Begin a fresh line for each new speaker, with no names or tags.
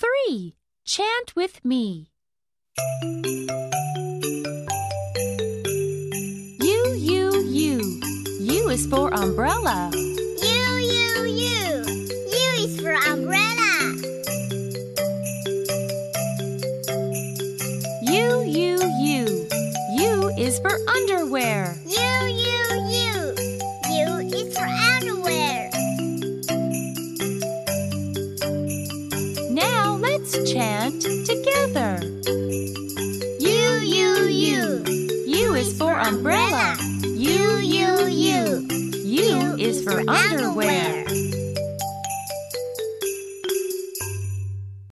three. Chant with me. U, U, U. U is for umbrella.
U, U, U. U is for umbrella.
U, U, U. U is for underwear.
U, U, U. U is for underwear.
Now let's chant together.
U, U, U.
U is for umbrella. U, U, U. U is for underwear.